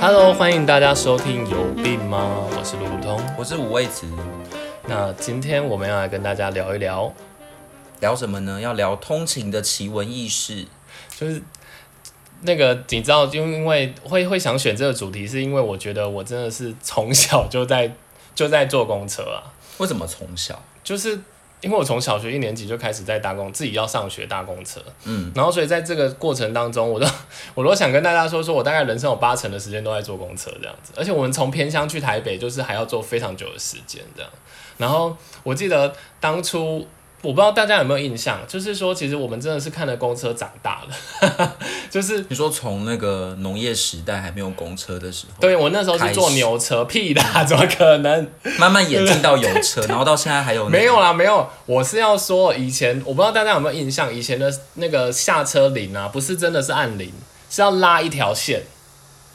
Hello，欢迎大家收听《有病吗》，我是路路通。我是五味子，那今天我们要来跟大家聊一聊，聊什么呢？要聊通勤的奇闻异事。就是那个你知道，就因为会会想选这个主题，是因为我觉得我真的是从小就在就在坐公车啊，为什么从小？就是因为我从小学一年级就开始在搭公，自己要上学搭公车，嗯，然后所以在这个过程当中，我都 我都想跟大家说，说我大概人生有八成的时间都在坐公车这样子，而且我们从偏乡去台北，就是还要坐非常久的时间这样。然后我记得当初。我不知道大家有没有印象，就是说，其实我们真的是看着公车长大的， 就是你说从那个农业时代还没有公车的时候，对我那时候是坐牛车，屁啦，怎么可能？慢慢演进到有 车，然后到现在还有那个没有啦，没有。我是要说，以前我不知道大家有没有印象，以前的那个下车铃啊，不是真的是按铃，是要拉一条线，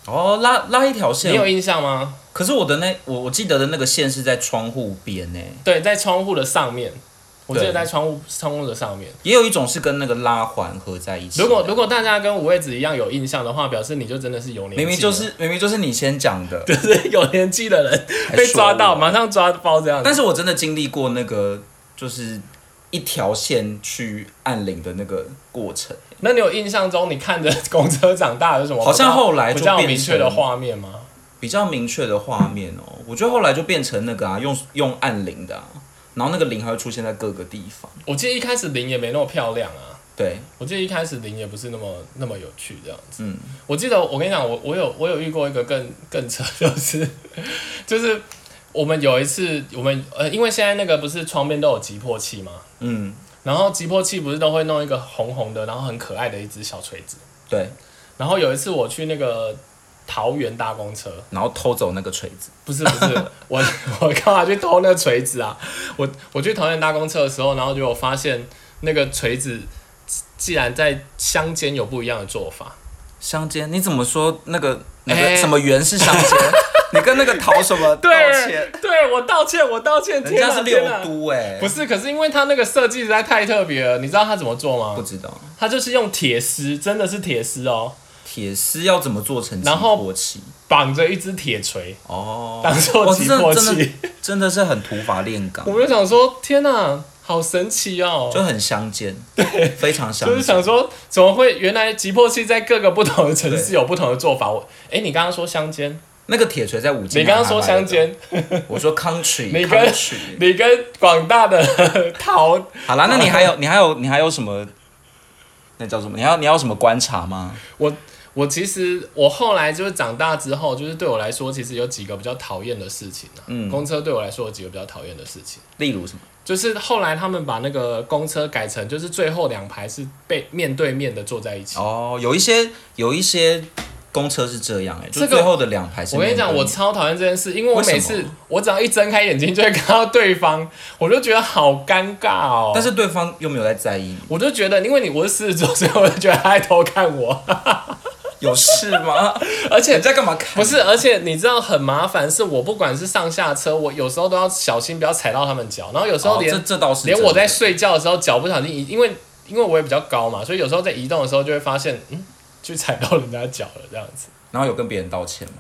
哦，拉拉一你条有线。印象吗？可是我的那我我记得的那个线是在窗户边呢，欸对，在窗户的上面，我记得对在窗户窗户的上面。也有一种是跟那个拉环合在一起的。如果如果大家跟五味子一样有印象的话，表示你就真的是有年纪了，明明就是明明就是你先讲的，就是有年纪的人还被说抓到，我马上抓包这样子。 但是我真的经历过那个就是一条线去按铃的那个过程。那你有印象中你看着公车长大有什么好像后来比就较变明确的成画面吗？比较明确的画面哦、我觉得后来就变成那个啊，用用按铃的、啊，然后那个铃还会出现在各个地方。我记得一开始零也没那么漂亮啊。对，我记得一开始零也不是那么那么有趣这样子。嗯我记得我跟你讲，我我有我有遇过一个更更扯，就是就是我们有一次我们呃，因为现在那个不是窗边都有急迫器吗？嗯，然后急迫器不是都会弄一个红红的，然后很可爱的一只小锤子。对，然后有一次我去那个桃园搭公车，然后偷走那个锤子，不是不是，我我干嘛去偷那个锤子啊？我我去桃园搭公车的时候，然后就有发现那个锤子既然在乡间有不一样的做法。乡间你怎么说那个那个哎什么圆是乡 间？你跟那个桃什么道歉？对我道歉，我道歉，人家是六天啊天啊都哎、不是，可是因为它那个设计实在太特别了，你知道它怎么做不吗？知道它就是用铁丝，真的是铁丝哦，铁丝要怎么做成急然后迫器？绑着一只铁锤哦，当做哇急这迫真的器。真的是很土法炼钢我，们就想说，天哪、好神奇哦！就很乡间，对，非常乡就是间想。说，怎么会原来急迫器在各个不同的城市有不同的做法？我，哎、你刚刚说乡间，那个铁锤在五金，你刚刚说乡，间，我说 country，你跟 country。你跟广大的 桃，好啦，那你还有你还有你还有什么？那叫什么？你要你要有什么观察吗？我我其实我后来就是长大之后，就是对我来说，其实有几个比较讨厌的事情啊。嗯公车对我来说有几个比较讨厌的事情，例如什么？就是后来他们把那个公车改成，就是最后两排是被面对面的坐在一起。哦，有一些有一些公车是这样哎、就这个最后的两排是我跟你面对讲，面。我超讨厌这件事，因为我为什么每次我只要一睁开眼睛就会看到对方，我就觉得好尴尬哦。但是对方又没有在在意你，我就觉得，因为你我是狮子座，所以我就觉得他在偷看 我，有事 吗？而且你在干嘛看？不是，而且你知道很麻烦，是我不管是上下车，我有时候都要小心不要踩到他们脚，然后有时哦，候连、这这倒是连真的我在睡觉的时候脚不小心移，因为因为我也比较高嘛，所以有时候在移动的时候就会发现，嗯，去踩到人家脚了这样子。然后有跟别人道歉吗？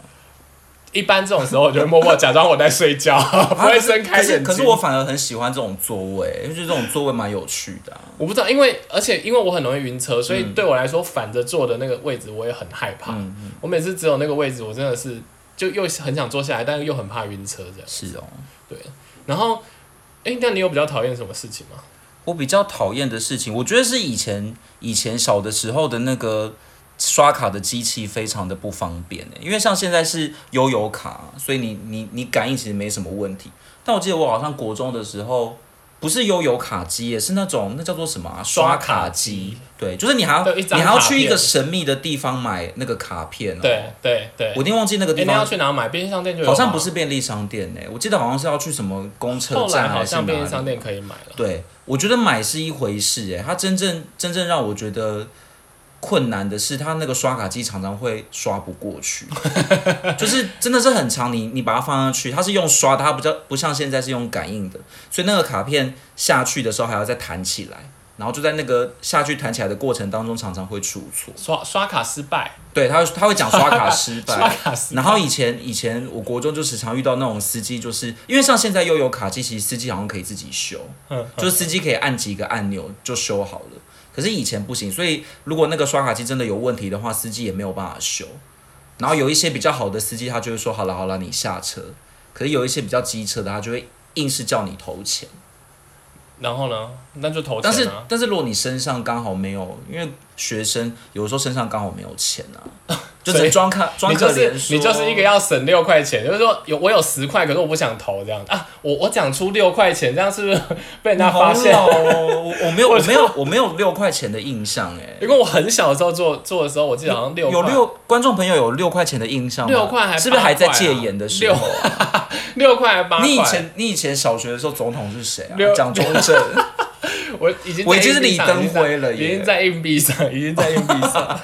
一般这种时候，我就会默默假装我在睡觉， 不会睁开啊可是眼睛。可是我反而很喜欢这种座位，因为这种座位蛮有趣的啊、我不知道，因为而且因为我很容易晕车，所以嗯对我来说反着坐的那个位置我也很害怕。我每次只有那个位置，我真的是就又很想坐下来，但是又很怕晕车这样。是哦，对，然后，哎、那你有比较讨厌什么事情吗？我比较讨厌的事情，我觉得是以前以前小的时候的那个刷卡的机器非常的不方便欸因为像现在是悠游卡，所以你你你感应其实没什么问题。但我记得我好像国中的时候，不是悠游卡机，也是那种那叫做什么、啊、刷刷卡卡机机，对，就是你还要对一你张还要卡片去一个神秘的地方买那个卡片、哦。对，对对，我一定忘记那个哎、地那要方。去哪买？便利商店就有吗好像不，是便利商店呢、我记得好像是要去什么公车后来站好还是像哪便利里。商店可以买了。对，我觉得买是一回事，哎，它真正真正让我觉得困难的是，它那个刷卡机常常会刷不过去，就是真的是很长，你你把它放上去，它是用刷的，它不叫不像现在是用感应的，所以那个卡片下去的时候还要再弹起来，然后就在那个下去弹起来的过程当中，常常会出错。刷刷卡失败，对他，他会讲刷卡失 败，刷卡失败然后以前以前我国中就时常遇到那种司机，就是因为像现在又有卡机，其实司机好像可以自己修，嗯就是司机可以按几个按钮就修好了。可是以前不行，所以如果那个刷卡机真的有问题的话，司机也没有办法修。然后有一些比较好的司机，他就会说好了好了，你下车。可是有一些比较机车的，他就会硬是叫你投钱。然后呢，那就投但钱是啊。但是如果你身上刚好没有，因为学生有时候身上刚好没有钱 啊，就只能装可装你可就怜是说你就是一个要省六块钱，就是说有我有十块，可是我不想投这样啊，我我讲出六块钱，这样是不是被人家发现你？好老哦，我我没有我没有我没有六块钱的印象哎、 因为我很小的时候做做的时候，我记得好像六有块六观众朋友有六块钱的印象吗？六块还是不是八还在块啊戒严的时候？六块还八块。你以前你以前小学的时候总统是谁啊六？蒋中 正。我已经在我已经是硬币上李登辉了耶已经在硬币上，已经在硬币上。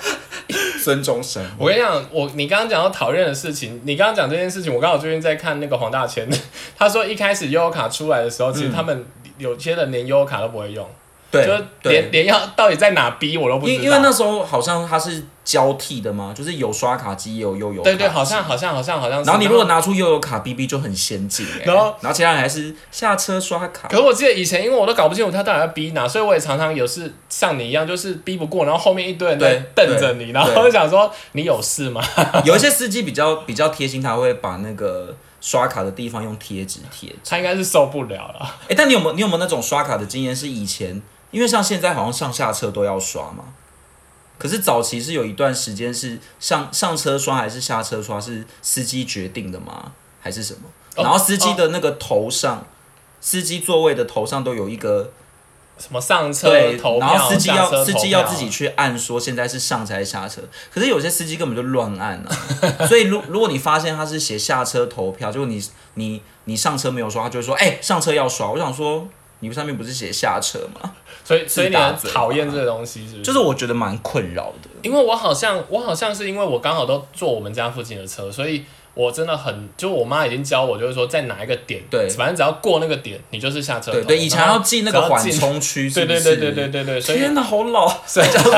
孙中山。我跟你讲，我你刚刚讲到讨厌的事情，你刚刚讲这件事情，我刚好最近在看那个黄大千， 他说一开始悠游卡出来的时候，其实他们有些人连悠游卡都不会用，就是对连对，连要到底在哪逼我都不知道。因因为那时候好像它是交替的嘛，就是有刷卡机也有悠游卡。对对，好像。好像好像好像是。然后你如果拿出悠游卡，B B 就很先进哎、然后然后其他人还是下车刷卡可。是我记得以前，因为我都搞不清楚他到底要逼哪，所以我也常常有是像你一样，就是逼不过，然后后面一堆人在对瞪着你，对然后我想说你有事吗？有一些司机比较比较贴心，他会把那个刷卡的地方用贴纸贴。他应该是受不了了。哎、但你有没有你有没有那种刷卡的经验？是以前因为像现在好像上下车都要刷嘛，可是早期是有一段时间是上上车刷还是下车刷是司机决定的吗？还是什么？哦然后司机的那个头上，司机座位的头上都有一个什么上车对，投票，然后司机下车要投司票机要自己去按说现在是上车还是下车，可是有些司机根本就乱按 啊，所以如如果你发现他是写下车投票，就你你你上车没有刷，他就会说哎、上车要刷，我想说你上面不是写下车吗？所以所以你很自打嘴巴讨厌这个东西，是不是？就是我觉得蛮困扰的，因为我好像我好像是因为我刚好都坐我们家附近的车，所以我真的很就我妈已经教我，就是说在哪一个点，对反正只要过那个点，你就是下车头。对对，以前然后要进那个只要缓进，冲区，对是不对是？对对对对对，所以天哪，好老，所以叫做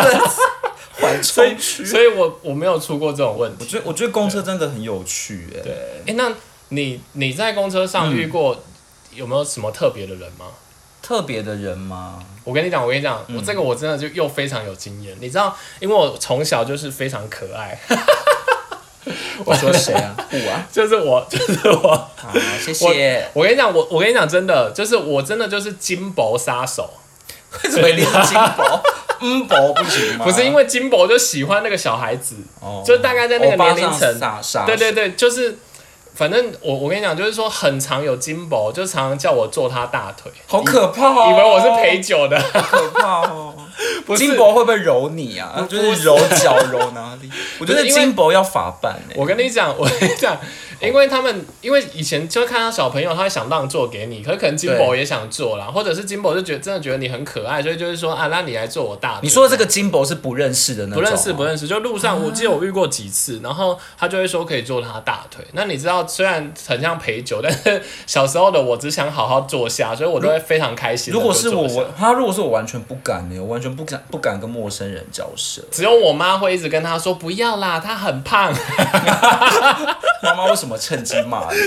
缓所以冲区。所以我我没有出过这种问我题。觉得我觉得公车真的很有趣哎、哎、那你你在公车上遇过、有没有什么特别的人吗？特别的人吗？我跟你讲，我跟你讲，我这个我真的就又非常有经验。你知道，因为我从小就是非常可爱，我说谁 啊？不啊，就是我，就是我，好，谢谢。我跟你讲，我我跟你讲，真的，就是我真的就是金箔杀手，为什么连金 箔、嗯箔不行吗？不是因为金箔就喜欢那个小孩子，哦就大概在那个年龄层欧巴上傻傻，对对对，就是。反正我我跟你讲，就是说很常有金箔，就常常叫我坐他大腿，好可怕哦！以为我是陪酒的， 好可怕哦。不是金箔 会不会揉你啊？就是揉脚揉哪里？ 我觉得不是因为金箔要法办哎。我跟你讲，我跟你讲，因为他们因为以前就看到小朋友，他会想让座给你，可是可能金箔也想做啦，或者是金箔就觉得真的觉得你很可爱，所以就是说啊，那你来做我大腿。你说的这个金箔是不认识的那不种，啊认识不。认识，就路上我记得我遇过几次，然后他就会说可以坐他大腿。那你知道，虽然很像陪酒， 但是小时候的我只想好好坐下，所以我都会非常开心。如果是我，我我他如果是我完全不敢欸呢，我完全不敢不敢跟陌生人交涉。只有我妈会一直跟他说不要啦，他很胖， 妈妈为什么趁机骂你？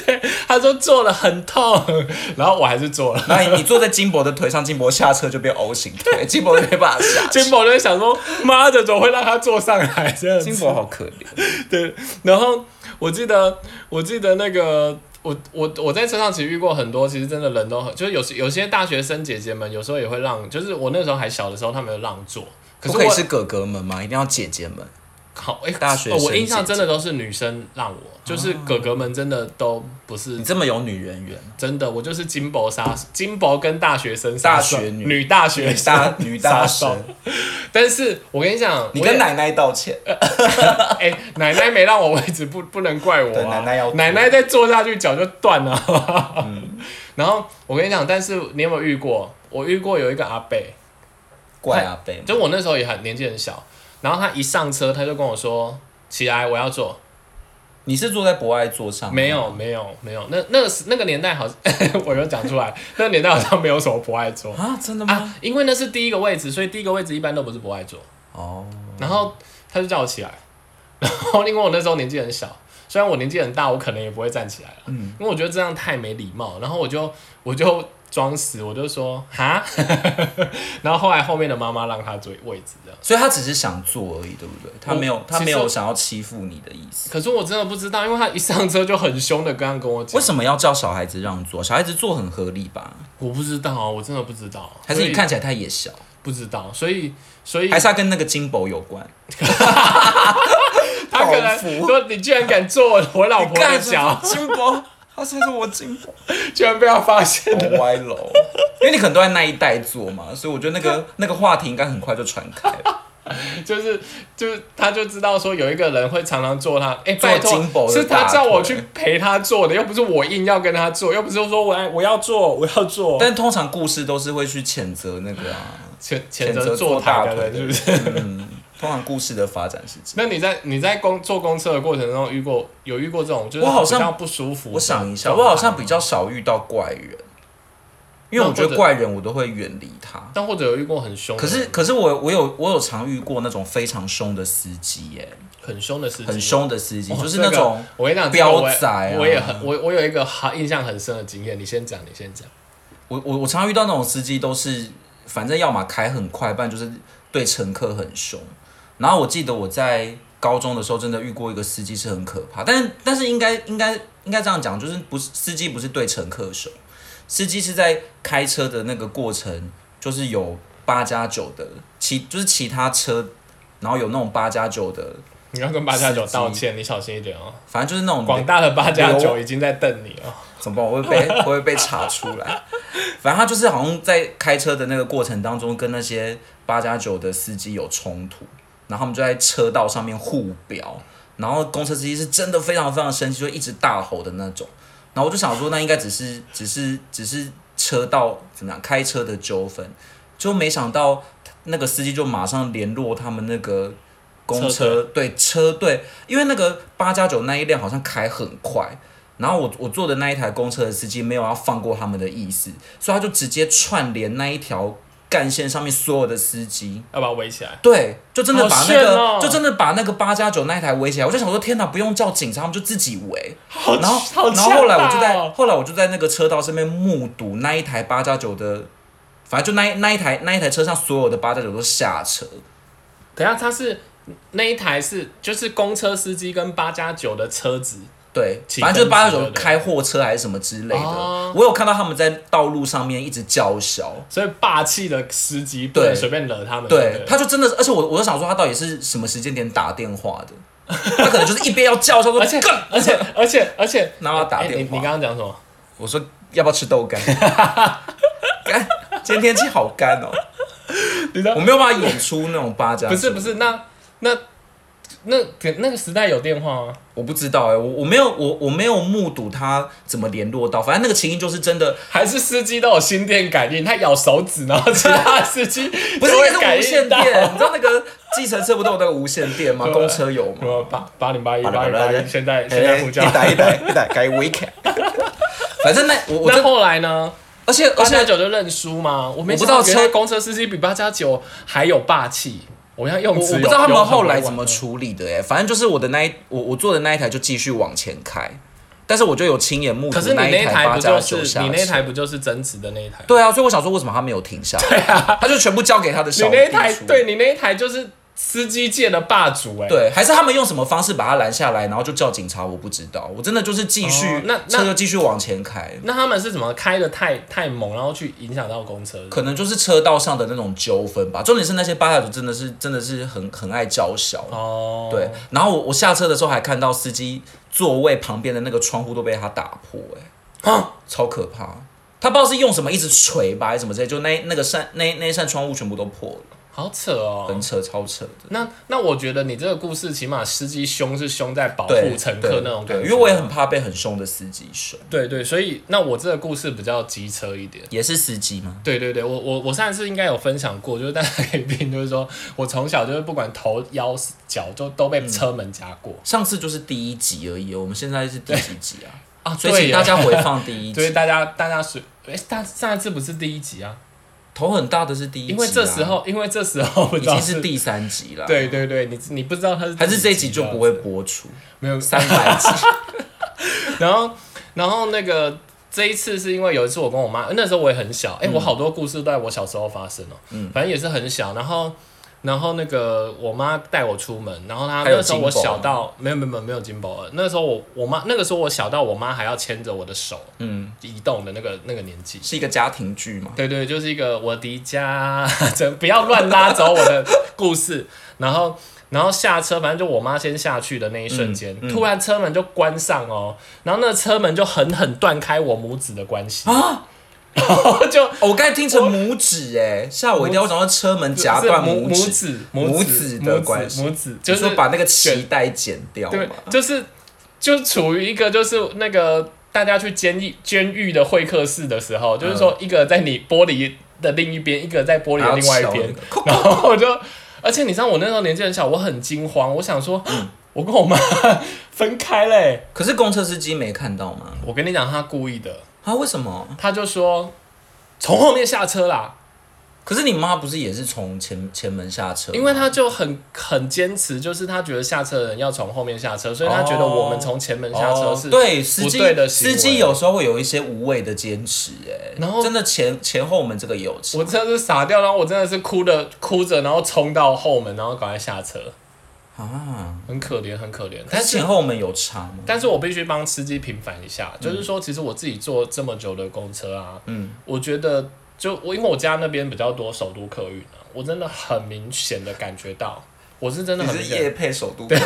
他说坐了很痛， 然后我还是 坐了。那你你坐在金箔的腿上，金箔下车就变 O 型 腿，金箔就没办法下去。金宝就会想说，妈的，怎么会让他坐上来这样子 金箔好可怜。对， 然后我记得，我记得那个，我我我在车上其实遇过很多，其实真的人都很，就是有时有些大学生姐姐们有时候也会让，就是我那时候还小的时候，他们有让座，可不是可以我是哥哥们吗？一定要姐姐们？好哎，大学呃我生印象姐哦真的都是女生让我，就是哥哥们真的都不是你这么有女人缘，真的，我就是金箔杀金箔跟大学生杀大手学女女大学女 大生女大杀手神，但是我跟你讲，你我也跟奶奶道歉。 哎、奶奶没让我位置，不不能怪我、对啊。奶奶要嗯奶奶再坐下去脚就断了。 然后我跟你讲，但是你有没有遇过？我遇过有一个阿伯，怪阿贝吗，就我那时候也很年纪很小，然后他一上车他就跟我说：“起来，我要坐。”你是坐在博爱座上吗？没有没有没有，那那个时那个年代好像， 我就讲出来，那个年代好像没有什么不爱坐啊，真的吗？啊，因为那是第一个位置，所以第一个位置一般都不是不爱坐。哦，然后他就叫我起来， 然后因为我那时候年纪很小，虽然我年纪很大，我可能也不会站起来了，嗯因为我觉得这样太没礼貌。然后我就我就装死，我就说哈， 然后后来后面的妈妈让他坐位置这样。所以他只是想坐而已，对不对？他没有我，他没其实有我想要欺负你的意思。可是我真的不知道，因为他一上车就很凶的刚刚跟我讲，为什么要叫小孩子让座？小孩子坐很合理吧？我不知道啊，我真的不知道，还是所你以看起来他也小？不知道，所以所以还是他跟那个金箔有关？他可报能复说你居然敢坐我我老婆的脚，金箔，他是说我金箔居然被他发现了。歪楼，因为你可能都在那一带坐嘛，所以我觉得那个那个话题应该很快就传开了。就是就是，他就知道说有一个人会常常坐他，哎、坐拜托金箔，的是他大叫我腿去陪他坐的，又不是我硬要跟他坐，又不是说我来我要坐我要坐，但通常故事都是会去谴责那 个啊，谴谴谴责责坐坐大台腿的的人是不人是？ 通常故事的发展是这样。那你在你在公坐公车的过程中遇过有遇过这种就是我好像比较不舒服？我想一下，我好像比，较少遇到怪人，因为我那或觉得者怪人我都会远离他。但或者有遇过很凶的，可是可是我我有我有常遇过那种非常凶的司机耶、很凶的事情，很凶的司机，哦，就是这那个种、我跟你讲，彪这个我也仔啊我也很我我有一个好印象很深的经验，你先讲，你先讲。我我我常遇到那种司机都是，反正要么开很快，不然就是对乘客很凶。然后我记得我在高中的时候真的遇过一个司机是很可怕，但但是应该应该应该这样讲，就是不是司机不是对乘客凶，司机是在开车的那个过程，就是有八加九的其就是其他车，然后有那种八加九的，你要跟八加九道歉，你小心一点哦。反正就是那种广大的八加九已经在瞪你哦。怎么办？我会被 我会被查出来。反正他就是好像在开车的那个过程当中，跟那些八加九的司机有冲突，然后他们就在车道上面互飙，然后公车司机是真的非常非常生气，就一直大吼的那种。然后我就想说，那应该只是只是只是车道怎么样开车的纠纷，就没想到那个司机就马上联络他们那个公车车队对车队，因为那个八加九那一辆好像开很快，然后我我坐的那一台公车的司机没有要放过他们的意思，所以他就直接串联那一条干线上面所有的司机。要把它围起来。对，就真的把好那个，炫哦就真的把那个八加九那一台围起来。我就想说，天哪，不用叫警察，他们就自己围。 然后，好然后后来我就强大在哦后来我就在那个车道上面目睹那一台八加九的，反正就那一那一台那一台车上所有的八加九都下车，等一下他是那一台是就是公车司机跟八加九的车子，对，起反正就是争八执加九对不对开货车还是什么之类的。哦我有看到他们在道路上面一直叫嚣。所以霸气的司机不对能随便惹他们。对，他他就真的是，而且我我就想说，他到底是什么时间点打电话的？他可能就是一边要叫嚣 说，而且干而且而且而且，然后他 打哎电话你你刚刚讲什 么？我说要不要吃豆干？干，今天天气好干哦，你知道我没有办法演出那种八加。不是不，是那那那那个时代有电话吗？我不知道哎、我我没有我我没有目睹他怎么联络到，反正那个情形就是真的，还是司机都有心电感应？他咬手指，然后其他司机不是就那会是感无应线到。电，你知道那个计程车不都有那个无线电吗？对公车有吗什？么八八零八一八零八一？现在现在呼叫。一哎打一打一打改 weekend，反正那我我那真后来呢？而且而八且加九就认输吗？我没我想不知道到原来车公车司机比八加九还有霸气。我要用我词我有，不知道他有们很后来委婉怎么处理的哎、反正就是我的那一我我坐的那一台就继续往前开，但是我就有亲眼目睹可是你那一一八不加就九是下你那一车。台不就是争执的那一台？对啊，所以我想说，为什么他没有停下来？他就全部交给他的啊你小那一秘台书，对你那一台就是司机界的霸主哎。对，还是他们用什么方式把他拦下来，然后就叫警察？我不知道，我真的就是继续，哦那那车就继续往前开，那他们是怎么开的太太猛，然后去影响到公车的？可能就是车道上的那种纠纷吧。重点是那些八大主真的是真的是很很爱叫嚣，哦，对。然后我我下车的时候还看到司机座位旁边的那个窗户都被他打破、哎。啊，超可怕。他不知道是用什么一直锤吧，还是什么之类，就那那个扇那那一扇窗户全部都破了。好扯哦，很扯，超扯的。那那我觉得你这个故事，起码司机凶是凶在保对哦护，乘客对那种对感觉，因为我也很怕被很凶的司机凶，对对，所以那我这个故事比较机车一点。也是司机吗？对对对，我我我上一次应该有分享过，就是大家可以听，就是说我从小就是不管头腰脚就都被车门夹过、上次就是第一集而已哦，我们现在是第几集 啊？啊，所以请耶大家回 放第一所以集，大家大家是哎，大上一次不是第一集啊？头很大的是第一集啊、因为这时候因为这时候不已知道经是第三集了，对，对对，你你不知道他是还是这一第集几就啊不会播出，没有三百 集，然后，然后那个这一次是因为有一次我跟我妈，那时候我也很小，哎、嗯我好多故事都在我小时候发生哦、反正也是很小。然后，然后那个我妈带我出门，然后她还有那时候我金宝小到没有没有没有没有金宝儿，那时候我我妈那个时候我小到我妈还要牵着我的手，嗯，移动的那个那个年纪。是一个家庭剧嘛？对对，就是一个我的家， 真不要乱拉走我的故事。 然后，然后下车，反正就我妈先下去的那一瞬间，嗯突然车门就关上哦，然后那车门就狠狠断开我母子的关系啊，然后 就哦我刚才听成拇指哎，吓我一跳！我想到车门夹断母母拇指，子母子子的关系母子就就是是把那个脐带剪掉对嘛。，就是就处于一个就是那个大家去监狱监狱的会客室的时候，就是嗯说一个在你玻璃的另一边，一个在玻璃的另外一边， 然后我就，而且你知道我那时候年纪很小，我很惊慌，我想说，我跟我妈分开嘞、可是公车司机没看到吗？我跟你讲，他故意的，啊，为什么？他就说从后面下车啦，可是你妈不是也是从前前门下车吗？因为他就很很坚持，就是他觉得下车的人要从后面下车，所以他觉得我们从前门下车是哦对司机不对的行为司机有时候会有一些无谓的坚持哎，然后真的前前后门这个也有吃我真的是傻掉，然后我真的是哭的哭着，然后冲到后门，然后赶快下车，啊，很可怜，很可怜。但但是前是，后门有差吗？但是我必须帮司机平反一下，就是说，其实我自己坐这么久的公车啊，嗯，我觉得就我因为我家那边比较多首都客运啊，我真的很明显的感觉到，我是真的很明显。配首都客运，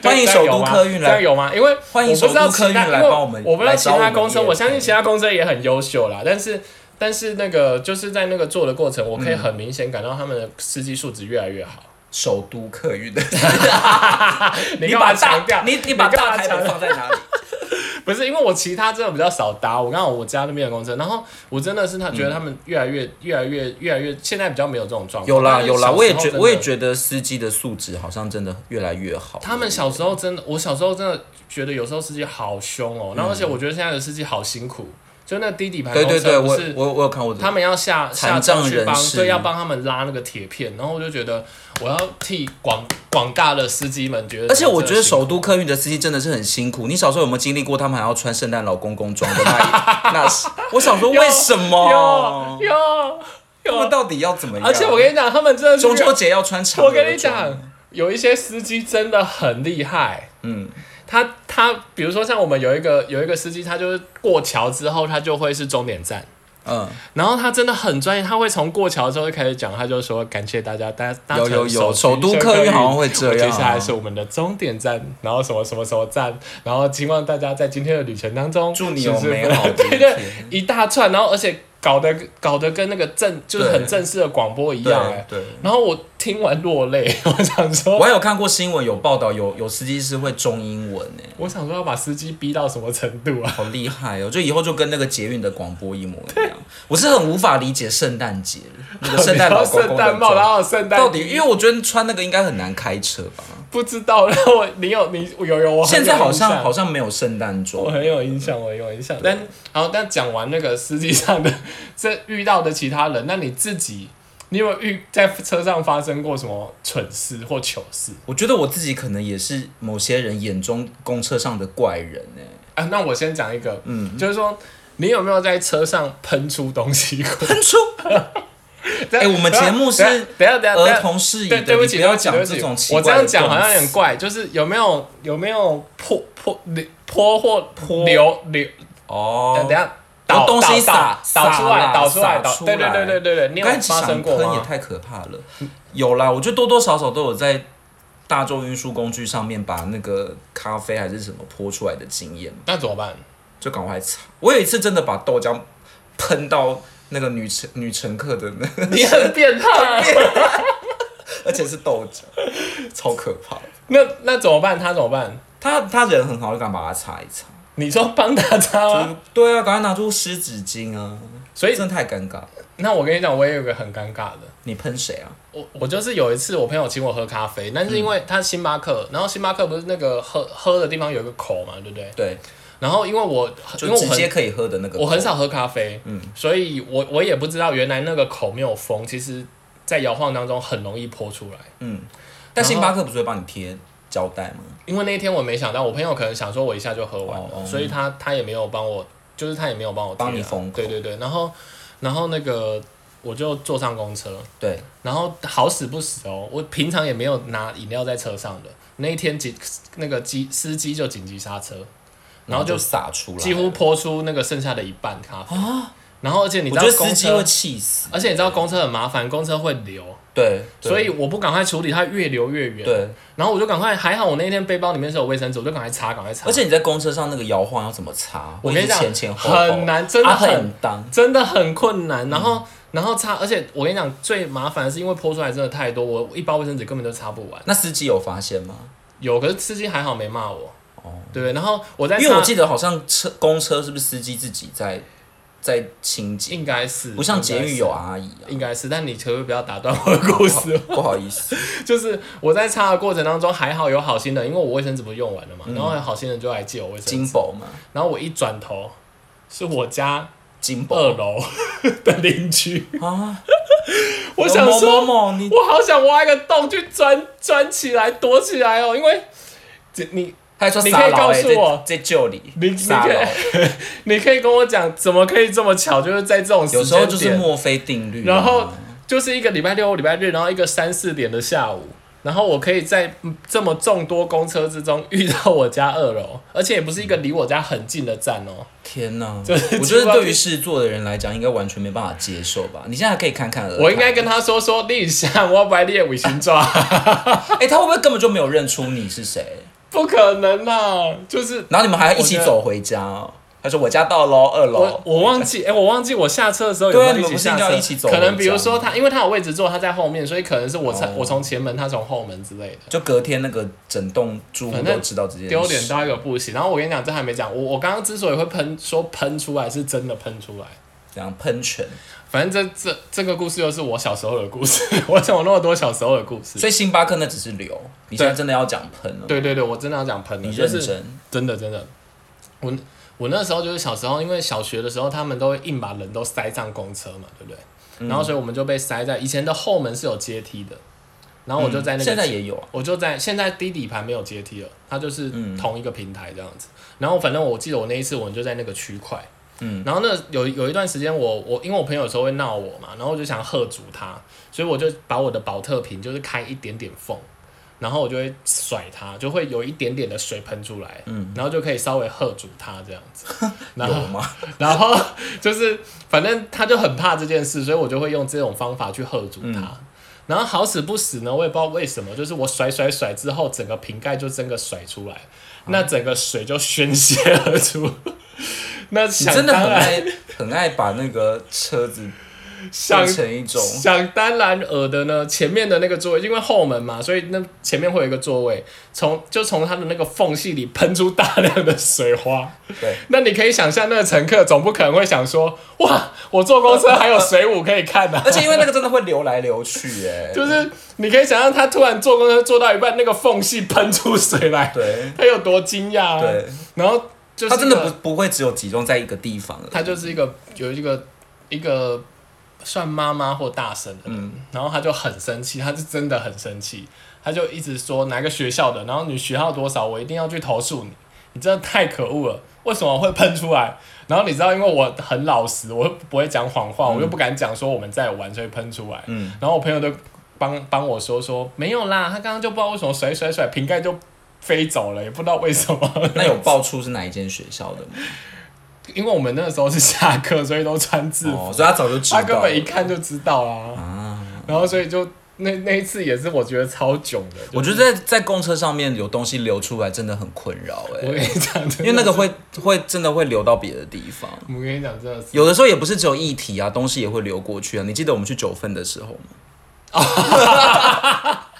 欢迎首都客运这样来，有吗？因为欢迎我不知道首都客运其他来因为帮我们我不知道来其找我他们公司，业配我相信其他公司也很优秀啦，但是。但是那个就是在那个做的过程，我可以嗯很明显感到他们的司机素质越来越好。首都客运的，你干把嘛大强调？你你把你干嘛大台强北调放在 哪里？不是因为我其他真的比较少搭，我刚好我家那边的公车，然后我真的是他觉得他们越来越、越来越越来越，现在比较没有这种状况。有啦但是有啦，小时候我也觉真的我也觉得司机的素质好像真的越来越好。他们小时候真的，我小时候真的觉得有时候司机好凶哦，然后而且我觉得现在的司机好辛苦，就那低底盘嗯对公对对，车不我是我我有看过这他个，们要下下残障车去帮人，士对，要帮他们拉那个铁片，然后我就觉得我要替广广大的司机们觉得，而且我觉得首手都客运的司机真的是很辛苦。你小时候有没有经历过他们还要穿圣诞老公公装的那 一那时？我想说为什么哦有？有他们有，到底要怎么样？而且我跟你讲，他们真的是中秋节要穿长。我跟你，讲，有一些司机真的很厉害。嗯，他他，比如说像我们有一个有一个司机，他就是过桥之后，他就会是终点站。嗯，然后他真的很专业，他会从过桥之后就开始讲，他就说感谢大家，大家搭有有乘有，首首都客客运好像会这样。啊接下来是我们的终点站，然后什么什么什么站，然后希望大家在今天的旅程当中，祝你是不有是 美好的一对对天。，一大串，然后而且搞得搞得跟那个正就是对很正式的广播一对样哎、对。然后我听完落泪， 我想 我说，还有看过新闻，有报道有有司机是会中英文诶，我想说要把司机逼到什么程度啊？好厉害哦！就以后就跟那个捷运的广播一模一样。我是很无法理解圣诞节 那个 圣诞老公公圣的诞帽，然装后圣诞到底，因为我觉得穿那个应该很难开车吧。不知道。然后我你有你有有我很有现在好印像象好像没有圣诞我装，很有印象，我很有印象。但好，但讲完那个司机上的 这遇到的其他人，那你自己，你有没有遇在车上发生过什么蠢事或糗事我觉得我自己可能也是某些人眼中公车上的怪人 哎、啊？那我先讲一个，嗯，就是说你有没有在车上喷出东西过？喷出。哎我们节目是等一下等一下等一下等一儿下童适宜的，对，对不起，你不对要不起讲对不这起种奇怪我的这样讲好像有动点词怪，就是有没有有没有泼泼泼或泼流流？哦。等一下。然倒后东西倒洒倒倒出洒来，啦倒出来，洒倒出对对对来对对对，你有刚才发生过喷也吗？太可怕了。有啦，我觉得多多少少都有在大众运输工具上面把那个咖啡还是什么泼出来的经验， 那怎么办？就赶快擦。我有一次真的把豆浆喷到那个女乘女乘客的那， 你很变态。而且是斗着，超可怕的。 那那怎么办？他怎么办？他他人很好，就敢把它擦一擦。你说帮他擦吗？就对啊，赶快拿出湿纸巾啊！ 所以真的太尴尬了。那我跟你讲，我也有一个很尴尬的。你喷谁啊？我我就是有一次，我朋友请我喝咖啡，但嗯是因为他是星巴克，然后星巴克不是那个喝喝的地方有一个口嘛，对不对？对，然后因为我因就为我直接很可以喝的那个。我很，少喝咖啡，嗯所以我我也不知道原来那个口没有封，其实在摇晃当中很容易泼出来。嗯，但星巴克不是会帮你贴胶带吗？因为那一天我没想到，我朋友可能想说我一下就喝完了，哦哦所以他他也没有帮我，就是他也没有帮我贴啊帮你封口对对对，然后然后那个我就坐上公车，对，然后好死不死哦，我平常也没有拿饮料在车上的，那一天紧那个机司机就紧急刹车，然后就洒出来，啊几乎泼出那个剩下的一半咖啡，然后而且你我知道觉得公司机车会，气死。而且你知道公车很麻烦，公车会流，对，对所以我不赶快处理，它越流越远。对，然后我就赶快，还好我那天背包里面是有卫生纸，我就赶快擦，赶快擦。而且你在公车上那个摇晃要怎么擦？我跟你一直讲前前后后很难真的啊很很嗯当。真的很困难。然后，然后擦，而且我跟你讲，最麻烦的是因为泼出来真的太多，我一包卫生纸根本就擦不完。那司机有发现吗？有，可是司机还好没骂我。哦对，然后我在因为我擦，记得好像车公车是不是司机自己在在清洁，应该是不像捷运有，阿姨应该啊。是应该是。但你可不可以不要打断我的故事？ 不 好意思，就是我在擦的过程当中，还好有好心人，因为我卫生纸不是用完了嘛，然后有好心人就来借我卫生纸，嗯金宝嘛，然后我一转头，是我家金宝二 楼的邻居，啊！我想说。某某某你我好想挖一个洞去钻钻起来躲起来哦，因为这你他还说你可以撒老告欸诉在我在救你，你你撒可以 老。你可以跟我讲，怎么可以这么巧，就是在这种时有时间候点，就是墨菲定律啊。然后就是一个礼拜六、礼拜日，然后一个三四点的下午，然后我可以在嗯这么众多公车之中遇到我家二楼，而且也不是一个离我家很近的站哦。天哪，就是我觉得对于事做的人来讲，应该完全没办法接受吧？你现在还可以侃侃而谈。 我应该跟他说说，立夏我白列尾行抓，哎，他会不会根本就没有认出你是谁？不可能啦、就是然后你们还一起我觉得走回家哦。他说我家到喽，二我楼。我忘记，哎、我忘记我下车的时候有对啊没有你们起不是下要车，一起走可能回比如家说吗他，因为他有位置坐，他在后面，所以可能是我从、哦我从前门，他从后门之类的。就隔天那个整栋住户反正都知道这件事，丢脸到一个不行，然后我跟你讲，这还没讲，我我刚刚之所以会喷说喷出来，是真的喷出来。怎样喷泉？反正这这这个故事又是我小时候的故事， 我讲了那么多小时候的故事。所以星巴克那只是流，你现在真的要讲喷了，对对对，我真的要讲喷的，你就认是真。真的真的，我我那时候就是小时候，因为小学的时候他们都会硬把人都塞上公车嘛，对不对？嗯然后所以我们就被塞在以前的后门是有阶梯的，然后我就在那个、现在也有啊，嗯我就在现在低底盘没有阶梯了，它就是同一个平台这样子。然后反正我记得我那一次我们就在那个区块，嗯，然后那有有一段时间我我因为我朋友有时候会闹我嘛，然后我就想喝足他，所以我就把我的保特瓶就是开一点点缝。然后我就会甩它，就会有一点点的水喷出来，嗯，然后就可以稍微喝住它这样 子，然有后吗？然后就是反正他就很怕这件事，所以我就会用这种方法去喝阻他。嗯然后好死不死呢，我也不知道为什么，就是我甩甩甩之后，整个瓶盖就真的甩出来，啊那整个水就宣泄而出。 那你想真的当很然，爱很爱把那个车子想变成一种想当然尔的呢，前面的那个座位，因为后门嘛，所以那前面会有一个座位，从就从它的那个缝隙里喷出大量的水花。 对，那你可以想象，那个乘客总不可能会想说，哇，我坐公车还有水舞可以看啊。而且因为那个真的会流来流去，哎， 就是你可以想象，他突然坐公车坐到一半，那个缝隙喷出水来，对他有多惊讶啊！对，然后就是它真的一个不，不会只有集中在一个地方了，他就是一个有一个一个算妈妈或大神的嗯人，然后他就很生气，他是真的很生气，他就一直说哪个学校的，然后你学号多少，我一定要去投诉你，你真的太可恶了，为什么会喷出来？然后你知道，因为我很老实，我又不会讲谎话，我又不敢讲说我们在玩，所以喷出来。嗯然后我朋友就帮帮我说说没有啦，他刚刚就不知道为什么甩甩甩瓶盖就飞走了，也不知道为什么。那有爆出是哪一间学校的吗？ 因为我们那个时候是下课，所以都穿制服。哦，所以他早就知道他了，根本一看就知道啦、啊，然后所以就那那一次也是我觉得超囧的。我觉得得在在公车上面有东西流出来真的很困扰哎、我跟你讲，真的因为那个会会真的会流到别的地方。我跟你讲，真的是有的时候也不是只有议题啊，东西也会流过去啊。你记得我们去九份的时候吗？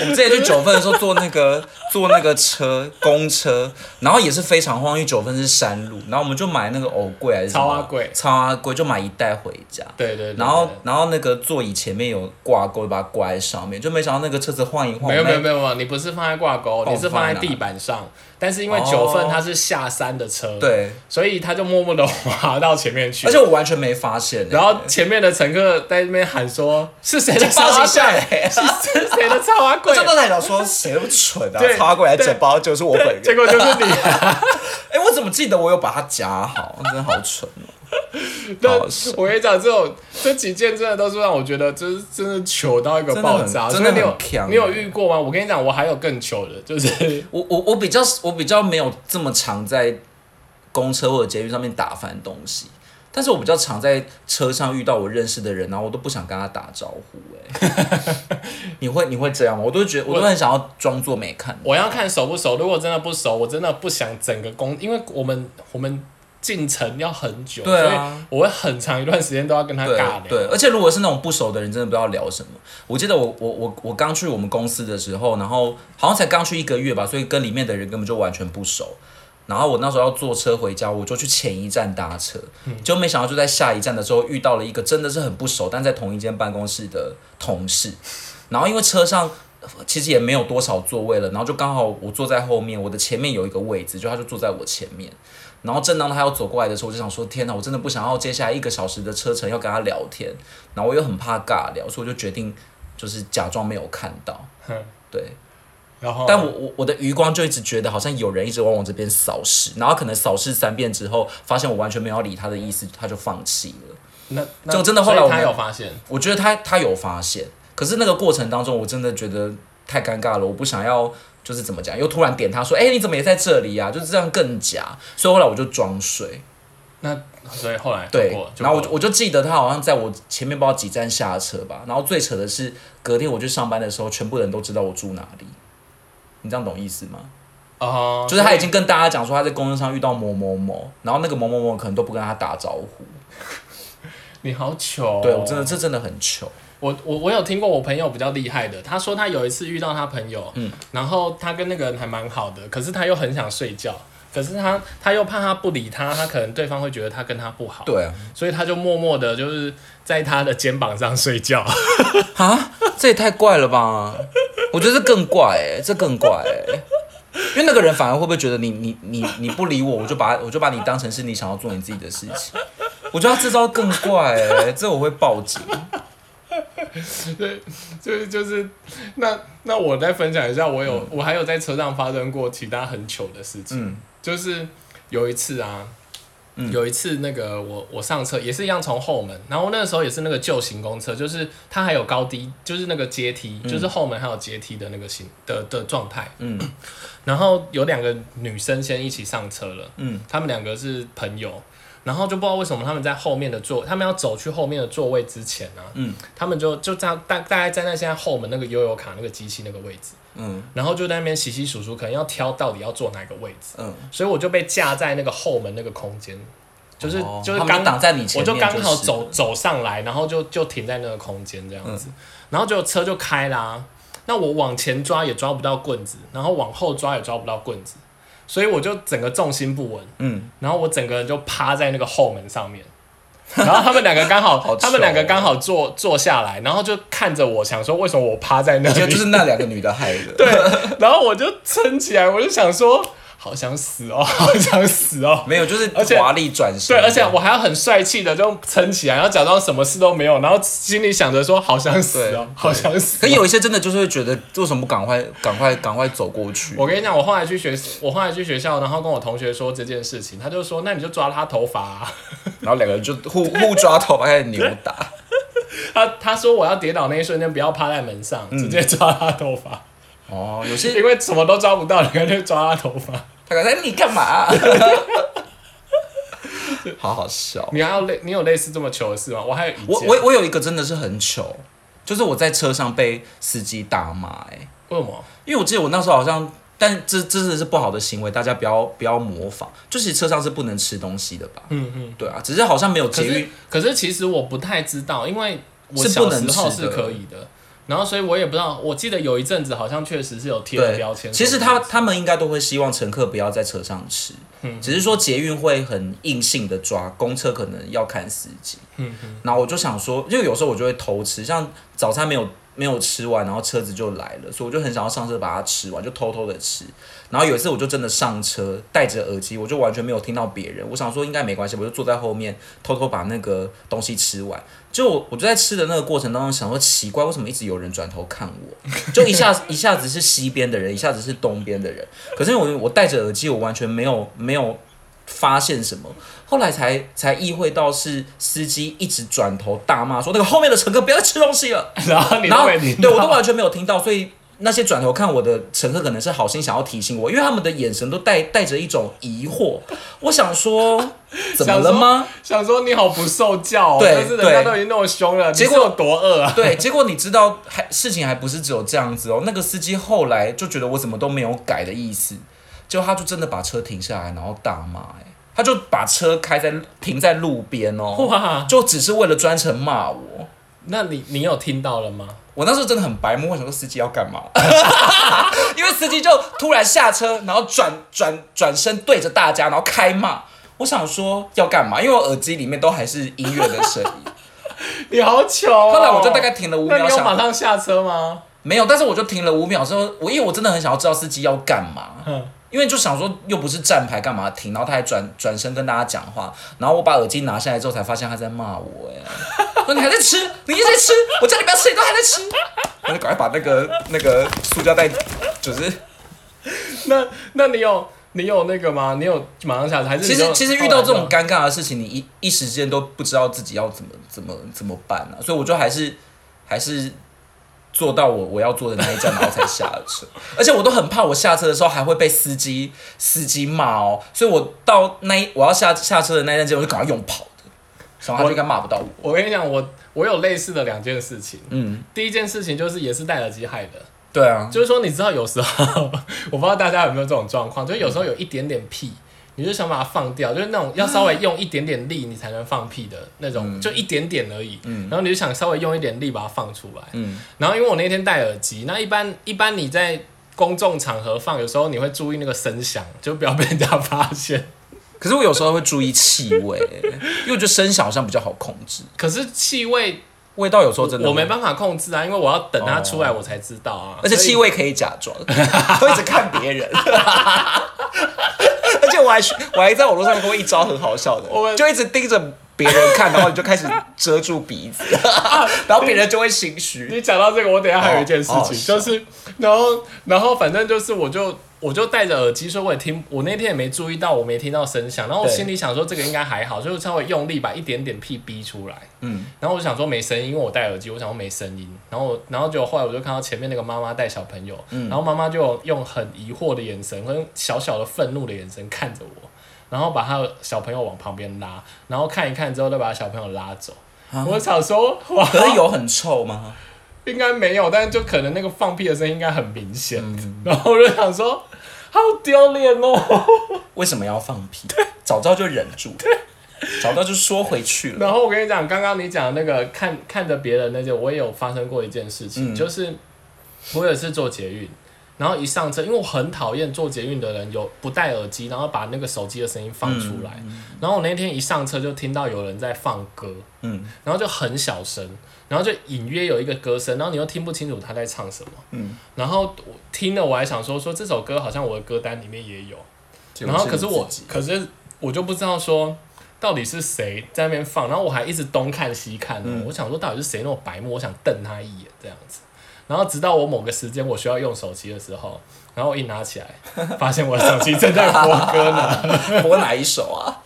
我们之前去九份的时候坐那个坐那个车公车，然后也是非常荒，因为九份是山路，然后我们就买那个藕桂还是什么超阿贵超阿贵就买一袋回家。对对对对然后，然后那个座椅前面有挂钩，把它挂在上面，就没想到那个车子晃一晃，没有我没有们没有没有，你不是放在挂钩，哦你是放在地板上。但是因为九份哦它是下山的车，，对，所以它就默默的滑到前面去而。且我完全没发现、欸然后前面的乘客在那边喊说：“是谁的超阿就上一下 贵？欸是是谁的超阿贵我？”刚才想说谁那么蠢啊对，插过来整包就是我本人。结果就是你。哎、我怎么记得我有把它夹好？真的好蠢哦、那好笑我跟你讲，这种这几件真的都是让我觉得，就是真的糗到一个真的很爆炸。真的所以你很强欸有你有遇过吗？我跟你讲，我还有更糗的，就是 我我我比较我比较没有这么常在公车或者捷运上面打翻东西，但是我比较常在车上遇到我认识的人，然后我都不想跟他打招呼、哎， 你会你会这样吗？我都觉得我都很想要装作没看。我要看熟不熟。如果真的不熟，我真的不想整个公，因为我们我们进城要很久，对啊所以我会很长一段时间都要跟他对尬聊。对，而且如果是那种不熟的人，真的不知道聊什么。我记得我我我我刚去我们公司的时候，然后好像才刚去一个月吧，所以跟里面的人根本就完全不熟。然后我那时候要坐车回家，我就去前一站搭车，嗯就没想到就在下一站的时候遇到了一个真的是很不熟，但在同一间办公室的同事。然后因为车上呃其实也没有多少座位了，然后就刚好我坐在后面，我的前面有一个位置，就他就坐在我前面。然后正当他要走过来的时候，我就想说：天哪，我真的不想要接下来一个小时的车程要跟他聊天。然后我又很怕尬聊，所以我就决定就是假装没有看到。哼对，然后，但我我我的余光就一直觉得好像有人一直往我这边扫视，然后可能扫视三遍之后，发现我完全没有要理他的意思，他就放弃了。那那就真的后来所以我他们有发现，我觉得他他有发现，可是那个过程当中，我真的觉得太尴尬了，我不想要就是怎么讲，又突然点他说，哎、你怎么也在这里啊？就是这样更假，所以后来我就装睡，那所以后来就对过了，就然后过我就了我就记得他好像在我前面不知道几站下车吧，然后最扯的是隔天我去上班的时候，全部人都知道我住哪里，你这样懂意思吗？哦，就是他已经跟大家讲说他在公车上遇到某某某，然后那个某某某可能都不跟他打招呼，你好糗哦、对我真的这真的很糗，我我我有听过我朋友比较厉害的，他说他有一次遇到他朋友，然后他跟那个人还蛮好的，可是他又很想睡觉，可是他他又怕他不理他，他可能对方会觉得他跟他不好，对啊，所以他就默默的就是在他的肩膀上睡觉，啊，这也太怪了吧！我觉得这更怪哎、这更怪哎、因为那个人反而会不会觉得你你你你不理我，我就把我就把你当成是你想要做你自己的事情。我觉得他这招更怪哎、这我会报警。对，就是就是那那我再分享一下，我有、我还有在车上发生过其他很糗的事情，嗯就是有一次啊，有一次那个我我上车也是一样从后门，然后那个时候也是那个旧型公车，就是它还有高低，就是那个阶梯，就是后门还有阶梯的那个形的的状态。嗯 然后有两个女生先一起上车了，嗯，她们两个是朋友，然后就不知道为什么她们在后面的座，她们要走去后面的座位之前啊，嗯，她们就就站大大概站在现在后门那个悠游卡那个机器那个位置，嗯然后就在那边洗洗数数，可能要挑到底要坐哪个位置。嗯，所以我就被架在那个后门那个空间，就是、哦就是他们刚挡在你前我面是就了，刚好走走上来，然后就就停在那个空间这样子，嗯然后就车就开啦、那我往前抓也抓不到棍子，然后往后抓也抓不到棍子，所以我就整个重心不稳，嗯，然后我整个人就趴在那个后门上面。 然后他们两个刚好，好糗哦他们两个刚好坐坐下来，然后就看着我，想说为什么我趴在那我觉得里？就是那两个女的害的。对， 然后我就撑起来，我就想说，好想死哦， 好想死哦。没有，就是而且华丽转身。对，而且我还要很帅气的就撑起来，然后假装什么事都没有，然后心里想着说好想死哦，好想死哦、可有一些真的就是会觉得为什么不赶快赶快赶快走过去？我跟你讲，我后来去学，我后来去学校，然后跟我同学说这件事情，他就说那你就抓他头发、啊， 然后两个人就互互抓头发开始扭打。他他说我要跌倒那一瞬间不要趴在门上，嗯直接抓他头发，哦，有些因为什么都抓不到，你干脆抓他头发。他刚才你干嘛？ 好好笑。你还有类你有类似这么糗的事吗？我还有一件，我我我有一个真的是很糗，就是我在车上被司机打骂、欸，为什么？因为我记得我那时候好像，但这这真的是不好的行为，大家不要不要模仿。就是车上是不能吃东西的吧？嗯嗯。对啊，只是好像没有可节是育，可是其实我不太知道，因为我是小不能时候吃是的可以的，然后所以我也不知道，我记得有一阵子好像确实是有贴了对标签。其实他他们应该都会希望乘客不要在车上吃，嗯只是说捷运会很硬性的抓，公车可能要看司机。嗯然后我就想说，因为有时候我就会偷吃，像早餐没有没有吃完，然后车子就来了，所以我就很想要上车把它吃完，就偷偷的吃。然后有一次我就真的上车，戴着耳机，我就完全没有听到别人。我想说应该没关系，我就坐在后面偷偷把那个东西吃完。就我我就在吃的那个过程当中想说奇怪，为什么一直有人转头看我？ 就一下一下子是西边的人，一下子是东边的人。可是因为我我戴着耳机，我完全没有没有发现什么。后来才才意会到是司机一直转头大骂说那个后面的乘客不要再吃东西了。 然后你然都后没听对我都到完全没有听到，所以那些转头看我的乘客可能是好心想要提醒我，因为他们的眼神都带带着一种疑惑。我想说，怎么了吗？想说你好不受教、哦，对就是人家对都已经那么凶了，结结果果有多饿 啊？对，结果你知道，还事情还不是只有这样子哦。那个司机后来就觉得我怎么都没有改的意思，就他就真的把车停下来，然后大骂、哎，他就把车开在停在路边哦，哇，就只是为了专程骂我。 那你你有听到了吗？我那时候真的很白目，我想说司机要干嘛？ 因为司机就突然下车，然后转转转身对着大家，然后开骂。我想说要干嘛？因为我耳机里面都还是音乐的声 音。你好糗、哦！后来我就大概停了五那秒，你有马想上下车吗？没有，但是我就停了五秒之后，我因为我真的很想要知道司机要干嘛，嗯因为就想说又不是站牌干嘛停，然后他还转转身跟大家讲话，然后我把耳机拿下来之后才发现他在骂我、 哎，说你还在吃，你一直在吃，我叫你不要吃，你都还在 吃，我就赶快把那个那个塑胶袋就是。 那那你有你有那个吗？你有马上下车还是其你实就？其实遇到这种尴尬的事情，你一一时间都不知道自己要怎么怎么怎么办啊，所以我就还是还是做到我我要做的那一站，然后才下 车。而且我都很怕我下车的时候还会被司机司机骂哦，所以我到那一我要下下车的那一站之后，我就赶快用跑的，然后他就应该骂不到我。我跟你讲，我我有类似的两件事情。嗯，第一件事情就是也是戴耳机害的，对啊，就是说你知道有时候， 我不知道大家有没有这种状况，就是有时候有一点点屁。你就想把它放掉，就是那种要稍微用一点点力你才能放屁的那嗯种，就一点点而已。然后你就想稍微用一点力把它放出来。嗯，然后因为我那天戴耳机，那一般一般你在公众场合放，有时候你会注意那个声响，就不要被人家发现。可是我有时候会注意气味，因为我觉得声响好像比较好控制，可可是气味味道有时候真的我没会办法控制啊，因为我要等它出来我才知道啊。而且所以气味可以假 装，我一直看别人， 而且我还学我还在网络上看过一招很好笑的我，们就一直盯着别人看，然后你就开始遮住鼻子， 然后别人就会心虚。你讲到这个，我等一下还有一件事情，哦哦是啊就是然后然后反正就是我就我就戴着耳机，所以我也听，我那天也没注意到，我没听到声响，然后我对心里想说这个应该还好，所以我稍微用力把一点点屁逼出来，嗯，然后我想说没声音，因为我戴耳机，我想说没声音，然后然后就后来我就看到前面那个妈妈带小朋友，嗯然后妈妈就用很疑惑的眼神跟小小的愤怒的眼神看着我，然后把她的小朋友往旁边拉，然后看一看之后再把小朋友拉走。啊我想说，哇，可是有很臭吗？应该没有，但是就可能那个放屁的声音应该很明显。然后我就想说，好丢脸哦。为什么要放屁？早知道就忍住，早知道就缩回去了。然后我跟你讲，刚刚你讲的那个看看着别人那些，我也有发生过一件事情，嗯就是我有一次坐捷运，然后一上车，因为我很讨厌坐捷运的人有不戴耳机，然后把那个手机的声音放出来。然后我那天一上车就听到有人在放歌，嗯，然后就很小声，然后就隐约有一个歌声，然后你又听不清楚他在唱什么，嗯，然后我听了我还想说说这首歌好像我的歌单里面也有，结然果后可是我你自己可是我就不知道说到底是谁在那边放，然后我还一直东看西看哦，嗯我想说到底是谁那种白目，我想瞪他一眼这样子，然后直到我某个时间我需要用手机的时候，然后我一拿起来，发现我的手机正在播歌呢。播哪一首啊？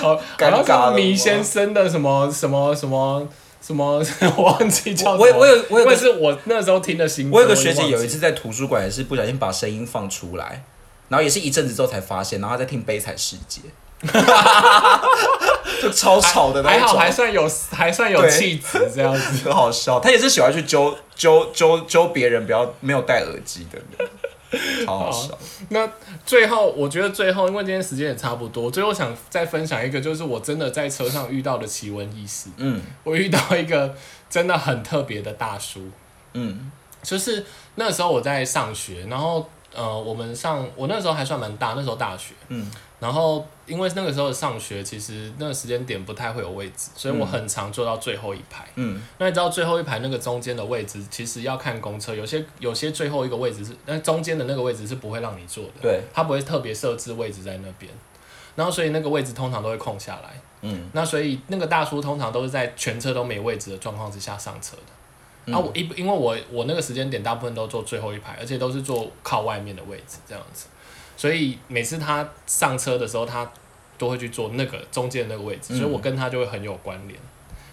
好，尴哦好尬了像吗是迷先生的什么什么什么什么， 我忘记叫什么。我我有我有因个为是我那时候听的新歌。我有个学姐也有忘一记次在图书馆也是不小心把声音放出来，然后也是一阵子之后才发现，然后她在听《悲惨世界》 就超吵的那还一种，好还算有还算有对气质这样子。 很好笑。他也是喜欢去揪揪揪揪别人，不要没有戴耳机的人，超好哦笑。那最后，我觉得最后，因为今天时间也差不多，最后想再分享一个，就是我真的在车上遇到的奇闻异事。嗯我遇到一个真的很特别的大叔，嗯就是那时候我在上学，然后呃，我们上我那时候还算蛮大，那时候大学，嗯，然后因为那个时候上学，其实那个时间点不太会有位置，所以我很常坐到最后一排。嗯那你知道最后一排那个中间的位置，其实要看公车，有些有些最后一个位置是，那中间的那个位置是不会让你坐的，对，他不会特别设置位置在那边，然后所以那个位置通常都会空下来。嗯那所以那个大叔通常都是在全车都没位置的状况之下上车的。嗯啊，我一因为我我那个时间点大部分都坐最后一排，而且都是坐靠外面的位置这样子，所以每次他上车的时候，他都会去坐那个中间的那个位置，嗯所以我跟他就会很有关联。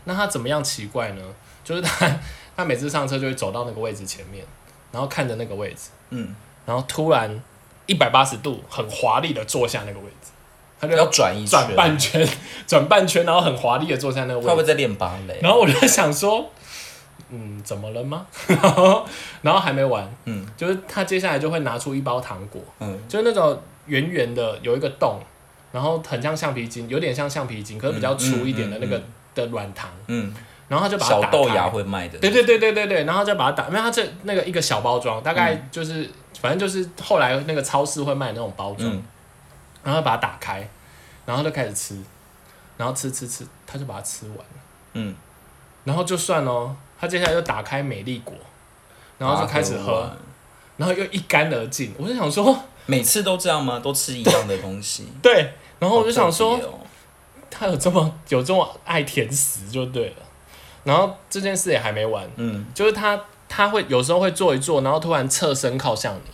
那他怎么样奇怪呢？就是他他每次上车就会走到那个位置前面，然后看着那个位置，嗯，然后突然一百八十度很华丽的坐下那个位置，他就要转一圈转半圈，转半圈，然后很华丽的坐在那个他会不位会置。在练芭蕾？然后我就想说，嗯，怎么了吗？然后，然后还没完，嗯就是他接下来就会拿出一包糖果，嗯就是那种圆圆的，有一个洞，然后很像橡皮筋，有点像橡皮筋，可是比较粗一点的那个、嗯的软糖，嗯，然后他就把它小打豆开芽会卖的。对对对对对对，然后就把它打，因为它这那个一个小包装，大概嗯就是、反正就是后来那个超市会卖那种包装，嗯然后把它打开，然后就开始吃，然后吃吃吃，他就把它吃完了，嗯，然后就算咯，他接下来就打开美丽果，然后就开始把它喝，完。然后又一干而尽，我就想说，每次都这样吗？都吃一样的东西。对，然 后我就想说，好特别哦他有这么有这么爱甜食就对了，然后这件事也还没完，嗯就是他他会有时候会坐一坐，然后突然侧身靠向你，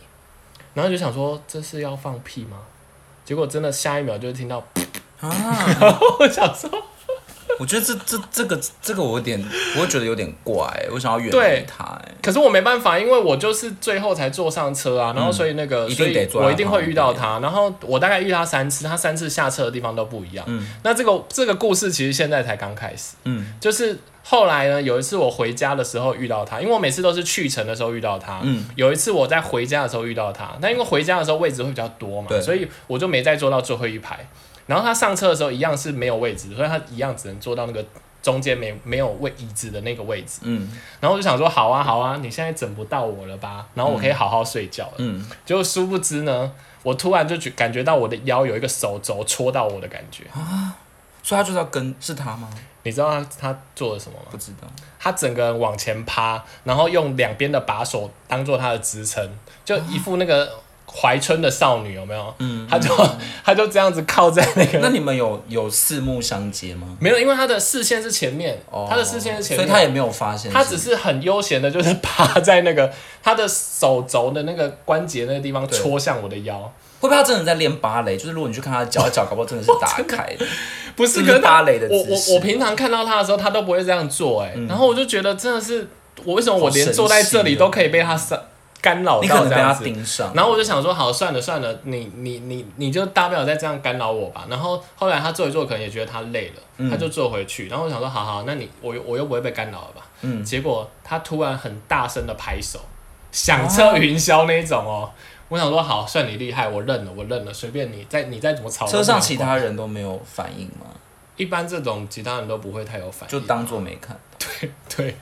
然后就想说这是要放屁吗？结果真的下一秒就听到，啊，然后 我想说，我觉得这这这个这个我有点，我会觉得有点怪，我想要远对离他。哎可是我没办法，因为我就是最后才坐上车啊，然后所以那个，嗯一定所得以坐在我一定旁会边遇到他，然后我大概遇他三次，他三次下车的地方都不一样。嗯那这个这个故事其实现在才刚开始，嗯就是后来呢，有一次我回家的时候遇到他，因为我每次都是去程的时候遇到他。嗯有一次我在回家的时候遇到他，那因为回家的时候位置会比较多嘛对，所以我就没再坐到最后一排。然后他上车的时候一样是没有位置，所以他一样只能坐到那个中间没没有位椅子的那个位置。嗯然后我就想说，好啊好啊，你现在整不到我了吧？然后我可以好好睡觉了。嗯，结果殊不知呢，我突然就觉感觉到我的腰有一个手肘戳到我的感觉。所以他就是要跟是他吗？你知道他他做了什么吗？不知道，他整个人往前趴，然后用两边的把手当做他的支撑，就一副那个怀春的少女有没有？嗯，他就他就这样子靠在那那个，你们有有四目相接吗？没有，因为他的视线是前面，哦他的视线是前所面，以他也没有发现，他只是很悠闲的，就是 趴在那个他的手肘的那个关节那个地方对戳向我的腰，会不会他真的在练芭蕾？就是如果你去看他的脚，他脚搞不好真的是打开的。不是这是跟芭蕾的我姿势我我平常看到他的时候，他都不会这样做、哎、然后我就觉得真的是，我为什么我连嗯好神坐在这里奇哦都可以被他伤干扰你可到能这被样他子？盯上，然后我就想说，好，算了算了，你你你你就大不了再这样干扰我吧。然后后来他坐一坐，可能也觉得他累了，嗯他就坐回去。然后我想说，好好，那你我又我又不会被干扰了吧？嗯结果他突然很大声的拍手，响彻云霄那一种哦。我想说，好，算你厉害，我认了，我认了，随便你，再你再怎么吵，车上其他人都没有反应吗？一般这种其他人都不会太有反就应，当做没看。 对。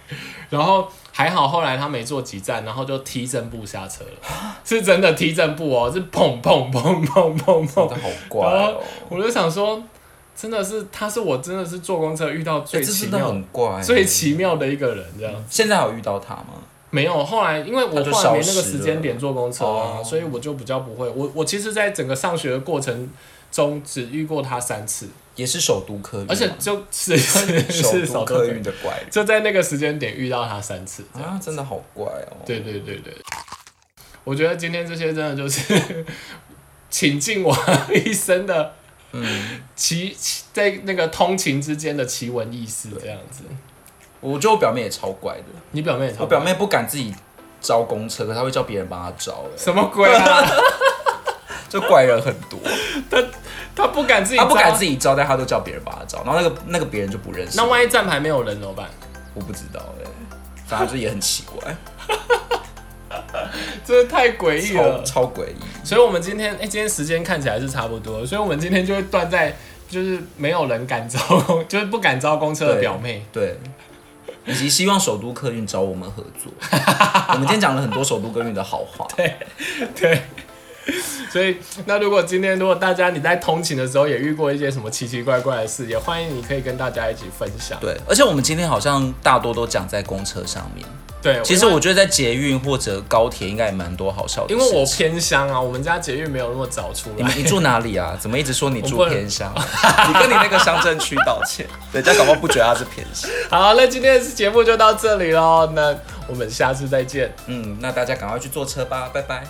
然后还好，后来他没坐几站，然后就踢正步下车了，是真的踢正步哦，是砰砰砰砰砰砰真。的好怪哦，我就想说，真的是，他是我真的是坐公车遇到哎最这奇真的妙、很怪。欸最奇妙的一个人，这样、现在还有遇到他吗？没有。后来因为我嗯他就后来没那消个失时间了点坐公车啊，哦所以我就比较不会。我我其实，在整个上学的过程中，只遇过他三次，也是首都客运吗，而且就是 是 是嗯首都少客多运的怪人就在那个时间点遇到他三次，这样。啊，真的好怪哦。对对对对，我觉得今天这些真的就是 倾尽我 一生的，嗯，奇奇在那个通勤之间的奇闻异事这样子。我觉得我表妹也超怪的，你表妹也超我表 妹不敢自己招公车，可她会叫别人帮她招。哎什么鬼啊？欸就怪人很 多，他不敢自己，他不敢自。己招待，他都叫别人帮他招，然后那个那个别人就不认识那。万一站牌没有人怎么办？我不知道哎、反正就也很奇 怪，真的太诡异超了。超诡异。所以，我们今天，哎、今天时间看起来是差不多，所以我们今天就会断在，就是没有人敢 招公，就是不敢招公车的对表妹。对，以及希望首都客运找我们合 作。我们今天讲了很多首都客运的好话， 对。所以，那如果今天如果大家你在通勤的时候也遇过一些什么奇奇怪怪的事，也欢迎你可以跟大家一起分享。对，而且我们今天好像大多都讲在公车上面。对，其实我觉得在捷运或者高铁应该也蛮多好笑的因事情。为我偏乡啊，我们家捷运没有那么早出你们来。你住哪 里啊？怎么一直说你我住不能偏乡？ 你跟你那个乡镇区道 歉，人家搞不好不觉得他是偏乡。好，那今天的节目就到这里喽，那我们下次再见。嗯，那大家赶快去坐车吧，拜拜。